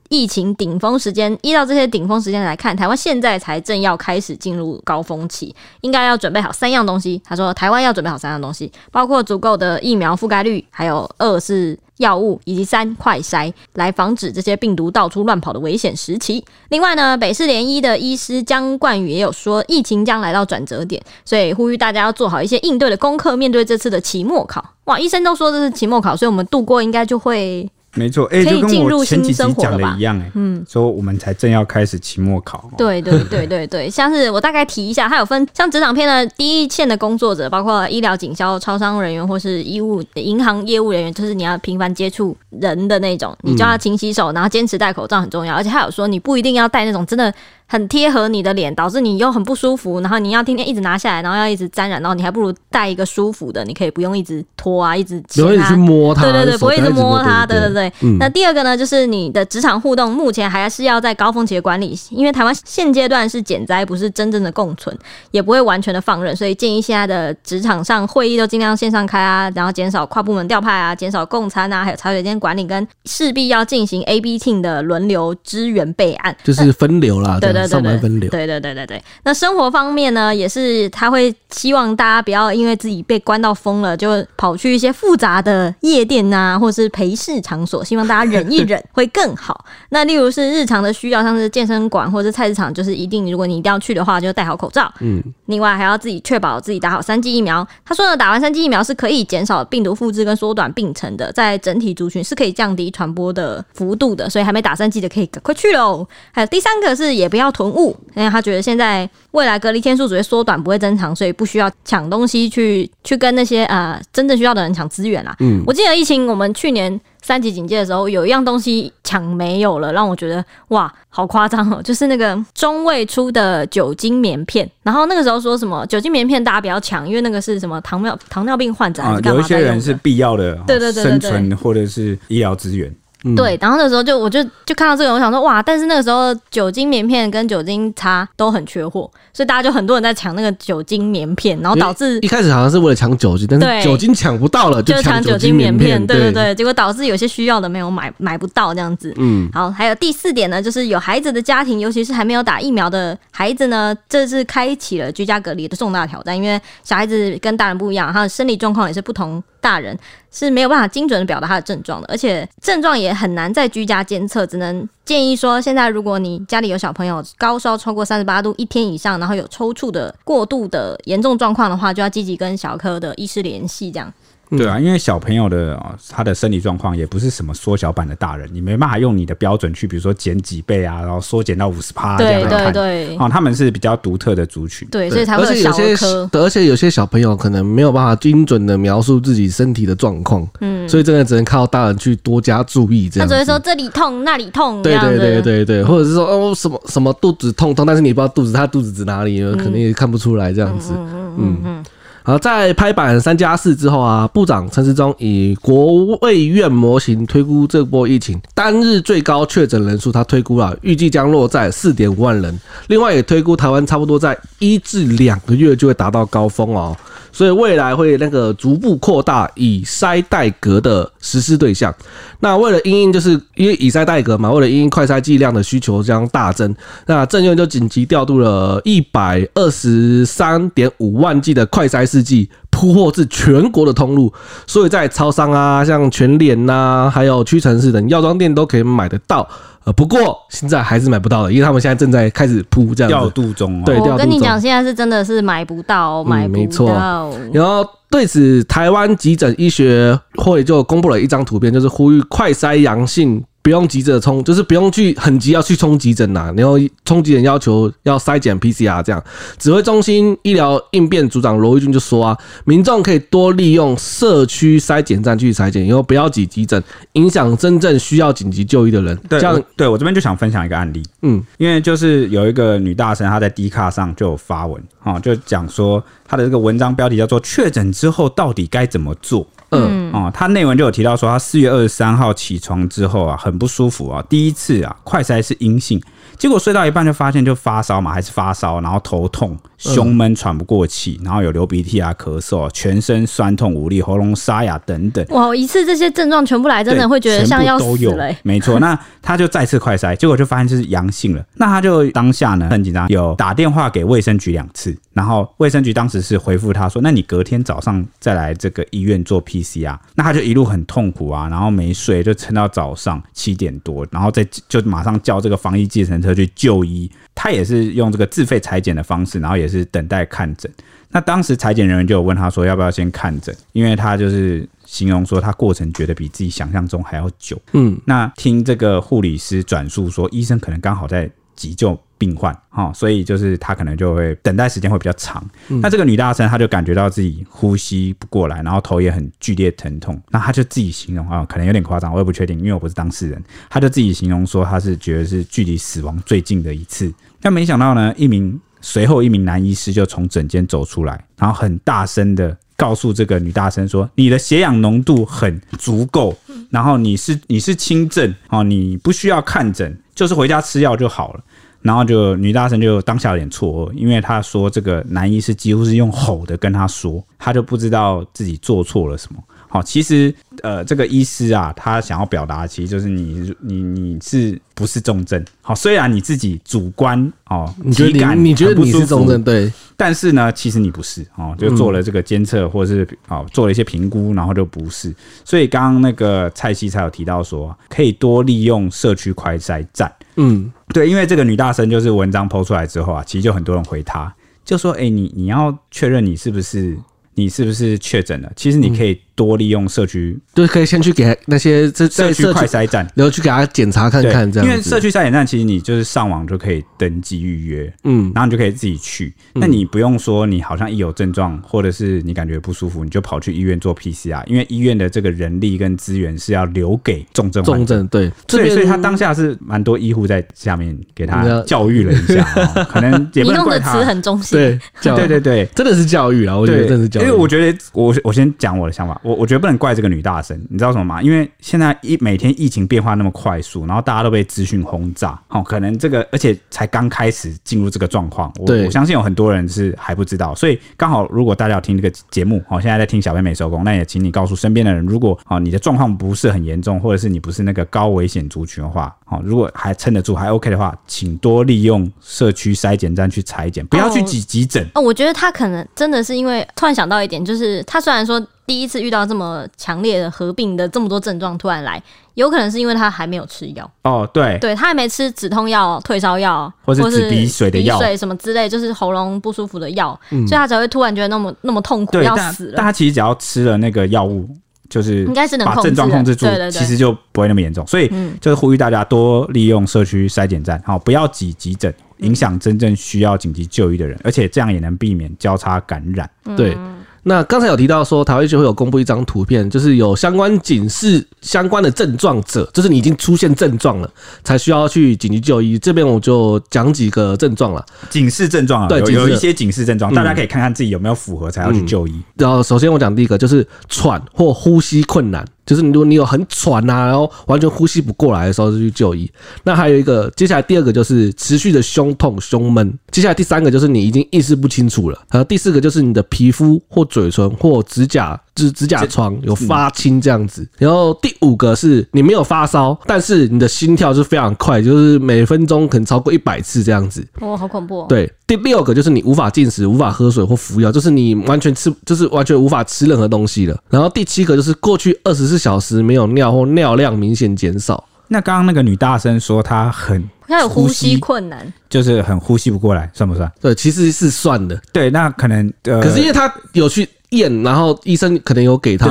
S2: 疫情顶峰时间，依照这些顶峰时间来看，台湾现在才正要开始进入高峰期，应该要准备好三样东西。他说，台湾要准备好三样东西，包括足够的疫苗覆盖率，还有二是药物以及三快筛，来防止这些病毒到处乱跑的危险时期。另外呢，北市联医的医师江冠宇也有说，疫情将来到转折点，所以呼吁大家要做好一些应对的功课，面对这次的期末考。哇，医生都说这是期末考，所以我们度过应该就会
S3: 没错，哎、
S2: 可以
S3: 就跟
S2: 进
S3: 我
S2: 入
S3: 前
S2: 新
S3: 几集
S2: 生活
S3: 讲
S2: 了吧
S3: 的一样、哎，
S2: 嗯。
S3: 说我们才正要开始期末考，哦
S2: 对对对对对，像是我大概提一下，它有分像职场片的第一线的工作者，包括医疗、警消、超商人员或是医务、银行业务人员，就是你要频繁接触人的那种，你就要勤洗手，然后坚持戴口罩很重要。而且还有说，你不一定要戴那种真的很贴合你的脸，导致你又很不舒服，然后你要天天一直拿下来，然后要一直沾染，然后你还不如戴一个舒服的，你可以不用一直脱啊，一直
S4: 不会
S2: 牵
S4: 一直
S2: 啊
S4: 去摸它，
S2: 对对对，
S4: 手
S2: 不会一
S4: 不要
S2: 直
S4: 一直
S2: 摸它，对
S4: 对
S2: 对。对。
S4: 嗯
S2: 那第二个呢，就是你的职场互动，目前还是要在高峰期的管理，因为台湾现阶段是减灾，不是真正的共存，也不会完全的放任，所以建议现在的职场上会议都尽量线上开啊，然后减少跨部门调派啊，减少共餐啊，还有茶水间管理，跟势必要进行 A B team 的轮流支援备案。
S4: 就是分流啦，
S2: 对
S4: 这
S2: 对
S4: 样
S2: 对
S4: 上班
S2: 对，
S4: 分流。
S2: 对对对对对。那生活方面呢，也是他会希望大家不要因为自己被关到疯了，就跑去一些复杂的夜店啊，或是陪侍场所，希望大家忍一忍会更好。 那例如是日常的需要，像是健身馆或是菜市场，就是一定如果你一定要去的话，就戴好口罩。
S4: 嗯，
S2: 另外还要自己确保自己打好三剂疫苗。他说呢，打完三剂疫苗是可以减少病毒复制跟缩短病程的，在整体族群是可以降低传播的幅度的，所以还没打三剂的可以赶快去喽。还有第三个是也不要囤物，因为他觉得现在未来隔离天数只会缩短，不会增长，所以不需要抢东西去去跟那些呃真正需要的人抢资源啦。啊
S4: 嗯
S2: 我记得疫情我们去年。三级警戒的时候，有一样东西抢没有了，让我觉得哇，好夸张哦！就是那个中卫出的酒精棉片，然后那个时候说什么酒精棉片大家不要抢，因为那个是什么糖尿糖尿病患者还
S3: 啊
S2: 是，干
S3: 有
S2: 嘛
S3: 一些
S2: 在用
S3: 人是
S2: 的
S3: 必要的，哦
S2: 对对对对
S3: 生
S2: 对
S3: 存或者是医疗资源，
S4: 嗯，
S2: 对，然后那时候就我就就看到这个，我想说哇，但是那个时候酒精棉片跟酒精擦都很缺货，所以大家就很多人在抢那个酒精棉片，然后导致
S4: 一开始好像是为了抢酒精，但
S2: 对
S4: 是酒精抢不到了，
S2: 就
S4: 抢
S2: 抢酒
S4: 精
S2: 精棉
S4: 片。
S2: 对
S4: 对
S2: 对，对，结果导致有些需要的没有买买不到这样子。
S4: 嗯，
S2: 好，还有第四点呢，就是有孩子的家庭，尤其是还没有打疫苗的孩子呢，这是开启了居家隔离的重大挑战，因为小孩子跟大人不一样，他的生理状况也是不同，大人是没有办法精准的表达他的症状的，而且症状也很难在居家监测，只能建议说，现在如果你家里有小朋友高烧超过三十八度一天以上，然后有抽搐的过度的严重状况的话，就要积极跟小儿科的医师联系，这样。
S4: 嗯
S3: 对啊，因为小朋友的哦他的生理状况也不是什么缩小版的大人，你没办法用你的标准去，比如说减几倍啊，然后缩减到五十趴啊这
S2: 对
S3: 样来
S2: 对
S3: 看。
S2: 对
S3: 哦，他们是比较独特的族群。
S2: 对，
S4: 对
S2: 所以才会
S4: 而且
S2: 小
S4: 有
S2: 儿
S4: 些
S2: 科。
S4: 对而且有些小朋友可能没有办法精准的描述自己身体的状况，
S2: 嗯，
S4: 所以真的只能靠大人去多加注意这
S2: 他
S4: 样
S2: 只
S4: 子。
S2: 会说这里痛那里痛这
S4: 对
S2: 样子。
S4: 对对对对，或者是说哦什么什么肚子痛痛，但是你不知道肚子他肚子指哪里，可能也看不出来这样子。嗯嗯。好，在拍板三加四之后啊，部长陈时中以国卫院模型推估这波疫情单日最高确诊人数，他推估了预计将落在四点五万人。另外也推估台湾差不多在一至两个月就会达到高峰哦，所以未来会那个逐步扩大以筛代隔的实施对象。那为了因应就是因为以筛代隔嘛，为了因应快筛剂量的需求将大增，那政院就紧急调度了一百二十三点五万剂的快筛试剂铺货至全国的通路，所以在超商啊、像全联呐、还有屈臣氏等药妆店都可以买得到。呃，不过现在还是买不到的，因为他们现在正在开始铺这样
S3: 调
S4: 子。
S3: 度中哦，
S4: 对调
S2: 我跟
S4: 度
S2: 你
S4: 中
S2: 讲，现在是真的是买不到，
S3: 嗯
S2: 买
S4: 没
S2: 不
S4: 错
S2: 到。
S4: 然后对此，台湾急诊医学会就公布了一张图片，就是呼吁快筛阳性不用急着冲，就是不用去很急要去冲急诊呐、然后冲急诊要求要筛检 PCR 这样。指挥中心医疗应变组长罗玉军就说啊，民众可以多利用社区筛检站去筛检，以后不要挤急诊，影响真正需要紧急就医的人。
S3: 对，
S4: 这样
S3: 我，对我这边就想分享一个案例，
S4: 嗯，
S3: 因为就是有一个女大生，她在 D 卡上就有发文，哦，就讲说她的这个文章标题叫做“确诊之后到底该怎么做”。
S4: 嗯，
S3: 哦，她内文就有提到说，她四月二十三号起床之后啊，很不舒服啊，第一次啊，快筛是阴性，结果睡到一半就发现就发烧嘛，还是发烧，然后头痛、胸闷、喘不过气，然后有流鼻涕啊、咳嗽，全身酸痛无力、喉咙沙哑等等。
S2: 哇，一次这些症状全部来，真
S3: 对
S2: 的会觉得像要
S3: 全部
S2: 死
S3: 都有
S2: 了、欸。
S3: 没错，那他就再次快筛，结果就发现就是阳性了。那他就当下呢很紧张，有打电话给卫生局两次，然后卫生局当时是回复他说，那你隔天早上再来这个医院做 PCR，那他就一路很痛苦啊，然后没睡，就撑到早上七点多，然后再就马上叫这个防疫计程车去就医。他也是用这个自费裁剪的方式，然后也是等待看诊。那当时裁剪人员就有问他说，要不要先看诊？因为他就是形容说，他过程觉得比自己想象中还要久。
S4: 嗯，
S3: 那听这个护理师转述说，医生可能刚好在急救病患哈、哦，所以就是他可能就会等待时间会比较长。那这个女大生她就感觉到自己呼吸不过来，然后头也很剧烈疼痛，那她就自己形容啊、可能有点夸张，我也不确定，因为我不是当事人，她就自己形容说她是觉得是距离死亡最近的一次。但没想到呢，一名随后一名男医师就从诊间走出来，然后很大声的。告诉这个女大生说：“你的血氧浓度很足够，然后你是你是轻症哦，你不需要看诊，就是回家吃药就好了。”然后就女大生就当下有点错愕，因为她说这个男医师几乎是用吼的跟她说，她就不知道自己做错了什么。好，其实呃，这个医师啊，他想要表达其实就是你你你是不是重症？好，虽然你自己主观哦，
S4: 你觉
S3: 体
S4: 得
S3: 感
S4: 你你觉
S3: 很
S4: 得
S3: 不
S4: 你
S3: 舒
S4: 是
S3: 服
S4: 重症，对，
S3: 但是呢，其实你不是哦，就做了这个监测，或者是哦做了一些评估，然后就不是。所以刚刚那个蔡西才有提到说，可以多利用社区快筛站。
S4: 嗯，
S3: 对，因为这个女大生就是文章抛出来之后啊，其实就很多人回她，就说：“哎、你你要确认你是不是你是不是确诊了？其实
S4: 嗯
S3: 你可以多利用社区、
S4: 就是可以先去给那些这在
S3: 社区
S4: 社
S3: 快
S4: 区，
S3: 筛站。”
S4: 然后去给他检查看
S3: 对
S4: 看，这样子，
S3: 因为社区筛检站其实你就是上网就可以登记预约，
S4: 嗯
S3: 然后你就可以自己去。那你不用说，你好像一有症状，或者是你感觉不舒服，你就跑去医院做 PCR，因为医院的这个人力跟资源是要留给重症患
S4: 重
S3: 者。
S4: 症对，这
S3: 对，
S4: 边
S3: 所以他当下是蛮多医护在下面给
S4: 你
S3: 他
S4: 要
S3: 教育了一下，哦可能也
S2: 你
S3: 不能
S2: 用
S3: 怪
S2: 的
S3: 他
S2: 词。很中性，
S4: 对教
S3: 对对对，
S4: 真的是教育啊，我觉
S3: 对，
S4: 得真的是教育，
S3: 因为我觉得我我先讲我的想法，我我觉得不能怪这个女大生，你知道什么吗？因为现在一每天疫情变化那么快速，然后大家都被资讯轰炸，哦，可能这个而且才刚开始进入这个状况，我
S4: 对
S3: 我相信有很多人是还不知道，所以刚好如果大家有听这个节目，哦，现在在听小妹妹手工，那也请你告诉身边的人，如果哦你的状况不是很严重，或者是你不是那个高危险族群的话，哦，如果还撑得住还 OK 的话，请多利用社区筛检站去裁剪，不要去
S2: 哦
S3: 挤急诊。
S2: 哦，我觉得他可能真的是因为突然想到一点，就是他虽然说第一次遇到这么强烈的合并的这么多症状突然来，有可能是因为他还没有吃药，
S3: 哦，对，
S2: 对他还没吃止痛药、退烧药，
S3: 或是
S2: 是
S3: 止鼻水的药嗯
S2: 鼻水什么之类，就是喉咙不舒服的药，所以他才会突然觉得那么那么痛苦，要
S3: 但
S2: 死
S3: 但
S2: 了。
S3: 他其实只要吃了那个药物，就是
S2: 应该是能
S3: 把
S2: 控制
S3: 症状控制住
S2: 的对对对
S3: 其实就不会那么严重。所以
S2: 嗯
S3: 就是呼吁大家多利用社区筛检站，好、不要挤急诊，影响真正需要紧急就医的人，而且这样也能避免交叉感染。
S4: 对。那刚才有提到说，台湾就会有公布一张图片，就是有相关警示相关的症状者，就是你已经出现症状了，才需要去紧急就医。这边我就讲几个症状了。
S3: 警示症状啊，
S4: 对
S3: 有
S4: 警示
S3: 有一些警示症状，
S4: 嗯
S3: 大家可以看看自己有没有符合才要去就医。
S4: 然后首先我讲第一个就是喘或呼吸困难，就是如果你有很喘啊，然后完全呼吸不过来的时候就去就医。那还有一个，接下来第二个就是持续的胸痛、胸闷。接下来第三个就是你已经意识不清楚了。然后第四个就是你的皮肤或嘴唇或指甲指指甲床有发青这样子。然后第五个是你没有发烧，但是你的心跳是非常快，就是每分钟可能超过一百次这样子。
S2: 哦，好恐怖、哦！
S4: 对，第六个就是你无法进食、无法喝水或服药，就是你完全吃，就是完全无法吃任何东西了。然后第七个就是过去二十四小时没有尿或尿量明显减少。
S3: 那刚刚那个女大生说她很
S2: 他有呼
S3: 吸
S2: 吸困难，
S3: 就是很呼吸不过来，算不算？
S4: 对，其实是算的，
S3: 对，那可能呃，
S4: 可是因为他有去验，然后医生可能有给他，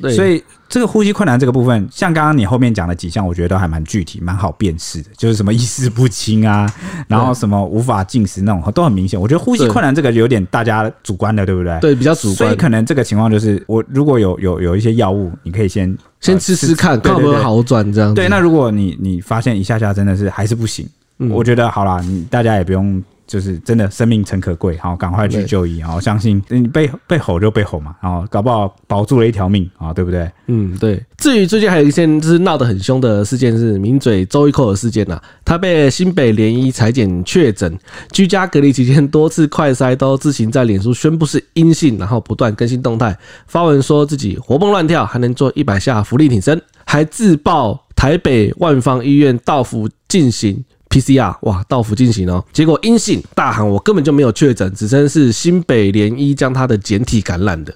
S4: 对，
S3: 所以这个呼吸困难这个部分，像刚刚你后面讲的几项，我觉得都还蛮具体，蛮好辨识的，就是什么意识不 清啊，然后什么无法进食那种，都很明显。我觉得呼吸困难这个有点大家主观的，对不对？。
S4: 对比较主
S3: 所以
S4: 观，
S3: 可能这个情况就是，我如果有有有一些药物，你可以先
S4: 先吃吃看，
S3: 对
S4: 看会
S3: 对
S4: 不
S3: 对
S4: 会好转这样子。
S3: 对，那如果你你发现一下下真的是还是不行，
S4: 嗯
S3: 我觉得好啦，你大家也不用。就是真的，生命诚可贵，好，赶快去
S4: 对
S3: 就医，好，相信你被被吼就被吼嘛，然后搞不好保住了一条命啊，对不对？
S4: 嗯，对。至于最近还有一件就是闹得很凶的事件是名嘴周一蔻的事件呐、他被新北联医裁检确诊，居家隔离期间多次快筛都自行在脸书宣布是阴性，然后不断更新动态，发文说自己活蹦乱跳，还能做一百下福利挺身，还自曝台北万方医院到府进行。 PCR，哇，到府进行哦，结果阴性，大喊我根本就没有确诊，只称是新北联医将他的简体感染的。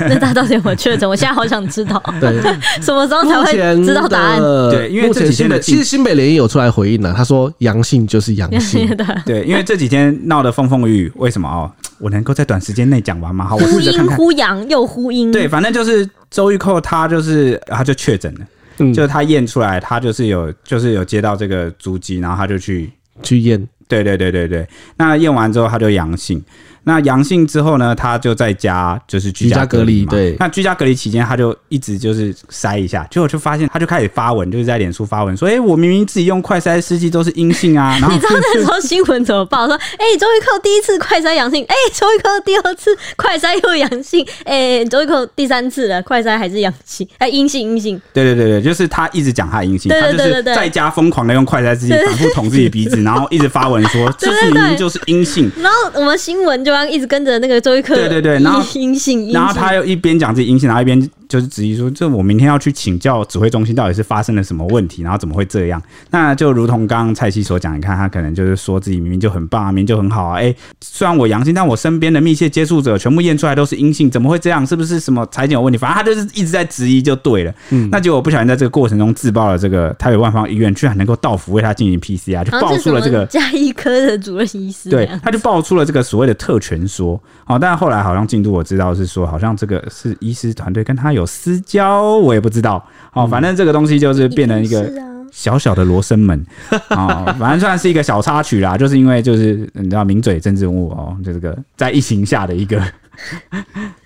S2: 那他到底有没有确诊？我现在好想知 道，
S4: 对，
S2: 什么时候 才
S4: 目前
S2: 会知道答案？
S4: 的
S3: 对因为
S4: 目前
S3: 这几天
S4: 新
S3: 的
S4: 北其实新北联医有出来回应了、啊他说阳性就是阳 性，
S2: 的
S3: 对，因为这几天闹得风风雨雨，为什么哦？我能够在短时间内讲完吗？好，我
S2: 忽
S3: 试着看
S2: 阴
S3: 看。
S2: 忽阳又忽阴，
S3: 对，，反正就是周玉蔻，他就是他就确诊了，
S4: 嗯
S3: 就是他验出来，他就是有就是有接到这个足迹，然后他就去
S4: 去验。
S3: 对对对对对，那验完之后他就阳性，那阳性之后呢，他就在家就是居
S4: 居家
S3: 家
S4: 隔
S3: 隔
S4: 离
S3: 离嘛。
S4: 对
S3: 那居家隔离期间，他就一直就是筛一下，结果就发现他就开始发文，就是在脸书发文说：“哎、我明明自己用快筛试剂都是阴性 啊。”然后
S2: 你知道那时候新闻怎么报？说， 哎、周玉蔻第一次快筛阳性，哎、周玉蔻第二次快筛又阳性，哎、周玉蔻第三次了，快筛还是阳性，哎、阴性阴性，
S3: 对对对对，就是他一直讲他的阴性，
S2: 对
S3: 他
S2: 对
S3: 就
S2: 对
S3: 是
S2: 对对
S3: 在家疯狂的用快筛自己反复捅自己 的鼻子，然后一直发文说这是明明就是阴性，
S2: 然后我们新闻就要一直跟着那个周玉蔻，
S3: 对对对然后
S2: 阴阴性阴性，
S3: 然后他又一边讲自己阴性，然后一边就是质疑说这我明天要去请教指挥中心到底是发生了什么问题，然后怎么会这样？那就如同刚刚蔡希所讲，你看他可能就是说自己明明就很棒啊，明明就很好啊，哎，虽然我阳性，但我身边的密切接触者全部验出来都是阴性，怎么会这样？是不是什么裁剪有问题？反正他就是一直在质疑就对了。
S2: 嗯
S3: 那结果不小心在这个过程中自爆了这个台北万方医院居然能够到府为他进行 PCR，就
S2: 好像
S3: 爆
S2: 是什
S3: 出
S2: 么
S3: 了这个
S2: 加医科的主任医师那
S3: 对
S2: 样，，
S3: 他就爆出了这个所谓的特权说，哦，但后来好像进度我知道是说，好像这个是医师团队跟他有私交，我也不知道，哦，反正这个东西就是变成一个
S2: 是嗯啊。
S3: 小小的罗生门，哦，反正算是一个小插曲啦， 就是因为就是你知道名嘴政治人物哦，就这个在疫情下的一个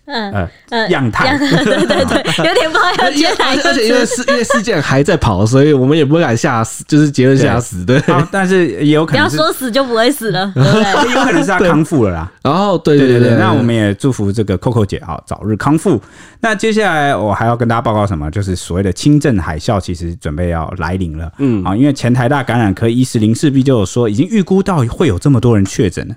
S2: 嗯
S3: 呃
S2: 嗯，
S3: 样态，
S2: 对对对，有点不知道要
S4: 而且
S2: 接哪一
S4: 而
S2: 个
S4: 且呃因为
S2: 字。
S4: 事因为事件还在跑，所以我们也不敢下死，就是结论下死对。
S3: 哦但是也有可
S2: 不要
S3: 能是，嗯
S2: 说死就不会死了，对不对？
S3: 也有可能是他康复了啦。
S4: 然后对
S3: 对
S4: 对
S3: 对
S4: 对，
S3: 那我们也祝福这个 Coco 姐啊早日康复。那接下来我还要跟大家报告什么？就是所谓的轻症海啸，其实准备要来临了。嗯，啊，因为前台大感染科医师林世璧就有说，已经预估到会有这么多人确诊了，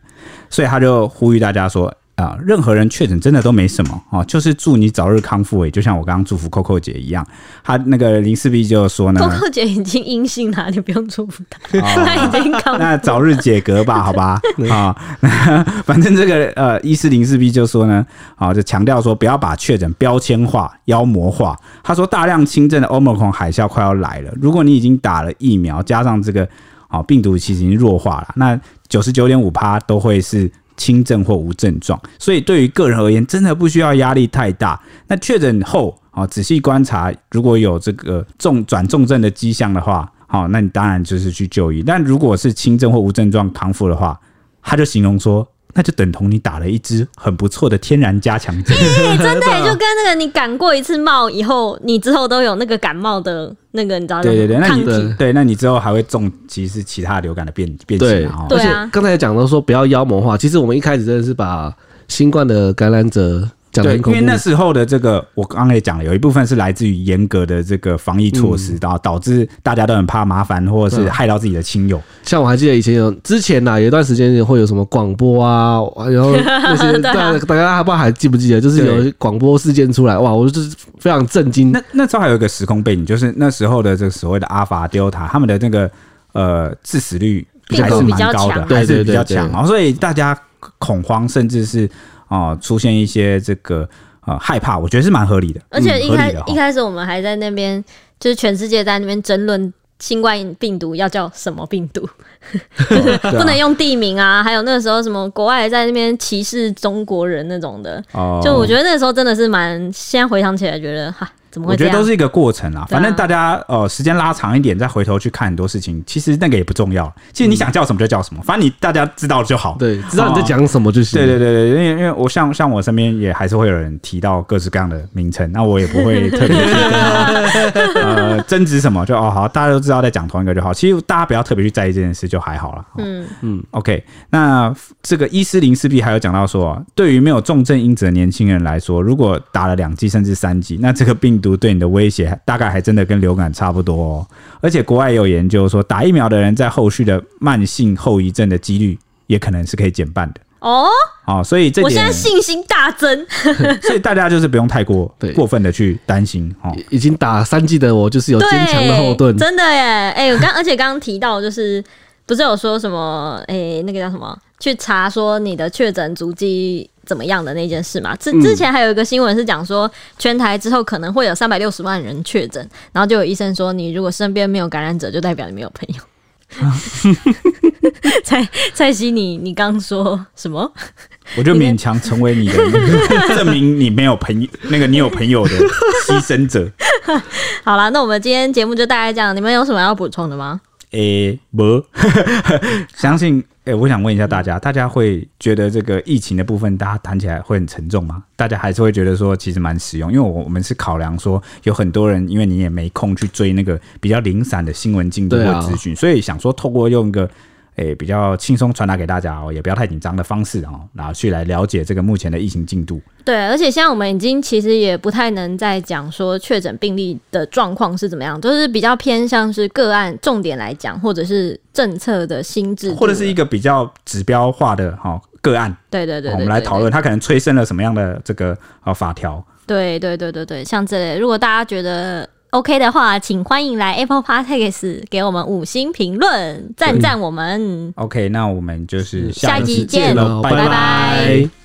S3: 所以他就呼吁大家说。啊，任何人确诊真的都没什么哦，就是祝你早日康复而已。也就像我刚刚祝福 Coco 姐一样，她那个林世璧就说呢，
S2: 扣扣姐已经阴性了，你不用祝福她，她已经康复。
S3: 那早日解隔吧，好吧？啊、那 反正这个呃，医师林世璧就说呢，啊、就强调说不要把确诊标签化、妖魔化。他说，大量轻症的 Omicron 海啸快要来了，如果你已经打了疫苗，加上这个啊、病毒其实已经弱化了，那九十九点五趴都会是。轻症或无症状，所以对于个人而言，真的不需要压力太大。那确诊后，哦，仔细观察，如果有这个重转重症的迹象的话，好、那你当然就是去就医。但如果是轻症或无症状康复的话，他就形容说，那就等同你打了一支很不错的天然加强 针。
S2: 哎， 真的
S3: 啊
S2: 就跟那个你感过一次冒以后，你之后都有那个感冒的那个，你知道吗？
S3: 对对对，那
S2: 抗
S3: 你
S2: 体。
S4: 体
S3: 对，那你之后还会中其实是其他流感的变变
S4: 对
S3: 形啊。
S2: 对
S3: 哦
S4: 而且刚才也讲到说不要妖魔化，其实我们一开始真的是把新冠的感染者讲的
S3: 对，
S4: 很
S3: 因
S4: 恐
S3: 为
S4: 怖
S3: 那。时候的这个，我刚刚也讲了，有一部分是来自于严格的这个防疫措
S2: 嗯
S3: 施，然后导致大家都很怕麻烦，或者是害到自己的亲友。
S4: 像我还记得以前有之前呐、有一段时间会有什么广播啊，然后那些
S2: 对啊
S4: 大大家不知道还记不记得，就是有
S3: 对
S4: 广播事件出来，哇，我就是非常震惊。
S3: 那那时候还有一个时空背景，就是那时候的这个所谓的阿法、丢塔，他们的那个呃致死率还是蛮高的，
S2: 病毒比较强啊
S3: 还是比
S4: 对对
S3: 较
S4: 对
S3: 强，
S4: 对
S3: 然后所以大家恐慌，甚至是啊、呃出现一些这个呃害怕，我觉得是蛮合理的。
S2: 而且
S3: 嗯
S2: 一
S3: 合
S2: 开
S3: 理的哈
S2: 一开始我们还在那边，就是全世界在那边争论新冠病毒要叫什么病毒，
S3: 哦
S2: 不能用地名啊，还有那个时候什么国外在那边歧视中国人那种的，
S3: 哦
S2: 就我觉得那时候真的是蛮，现在回想起来觉得哈，怎么
S3: 我
S2: 会这
S3: 觉得
S2: 样？
S3: 都是一个过程啦，
S2: 对啊
S3: 反正大家呃时间拉长一点，再回头去看很多事情，其实那个也不重要。其实你想叫什么就叫什么，反正你大家知道就好。
S4: 对，知道你在讲什么就行。
S3: 对对对对，因为因为我像像我身边也还是会有人提到各式各样的名称，那我也不会特别去跟他呃争执什么，就哦好，大家都知道在讲同一个就好。其实大家不要特别去在意这件事，就还好啦。哦
S2: 嗯，
S3: OK，那这个医师林世璧还有讲到说，对于没有重症因子的年轻人来说，如果打了两剂甚至三剂，那这个病毒对你的威胁大概还真的跟流感差不多哦。而且国外也有研究说，打疫苗的人在后续的慢性后遗症的几率也可能是可以减半的。
S2: 哦，
S3: 哦，所以这
S2: 我现
S3: 点
S2: 在，信心大增，
S3: 所以大家就是不用太过
S4: 对
S3: 过分的去担心哦。
S4: 已经打三剂的我，就是有
S2: 对，
S4: 坚强的后盾。
S2: 真的耶！哎、我刚而且刚刚提到就是。不是有说什么？诶、那个叫什么？去查说你的确诊足迹怎么样的那件事嘛？之
S4: 嗯
S2: 之前还有一个新闻是讲说，全台之后可能会有三百六十万人确诊，然后就有医生说，你如果身边没有感染者，就代表你没有朋友。 蔡蔡西你，你刚说什么？
S3: 我就勉强成为你的 那个证明你没有朋友，那个你有朋友的牺牲者。
S2: 好啦，那我们今天节目就大概这样。你们有什么要补充的吗？
S3: 诶、不， 相信诶、我想问一下大家，大家会觉得这个疫情的部分，大家谈起来会很沉重吗？大家还是会觉得说其实蛮实用，因为我我们是考量说有很多人，因为你也没空去追那个比较零散的新闻进度
S4: 对啊
S3: 或资讯，所以想说透过用一个。诶、比较轻松传达给大家哦，也不要太紧张的方式哦，然后去来了解这个目前的疫情进度。
S2: 对，而且现在我们已经其实也不太能再讲说确诊病例的状况是怎么样，都、是比较偏向是个案重点来讲，或者是政策的心智，
S3: 或者是一个比较指标化的哈、哦个案，
S2: 对对对对
S3: 我们来讨论。它可能催生了什么样的这个呃法条。
S2: 对对对对对，像这类，如果大家觉得 OK 的话，请欢迎来 Apple Podcast 给我们五星评论，赞赞我们。
S3: OK，那我们就是
S2: 嗯下一
S3: 一
S2: 集
S3: 期
S2: 见
S3: 喽，
S4: 拜
S2: 拜
S3: 拜
S2: 拜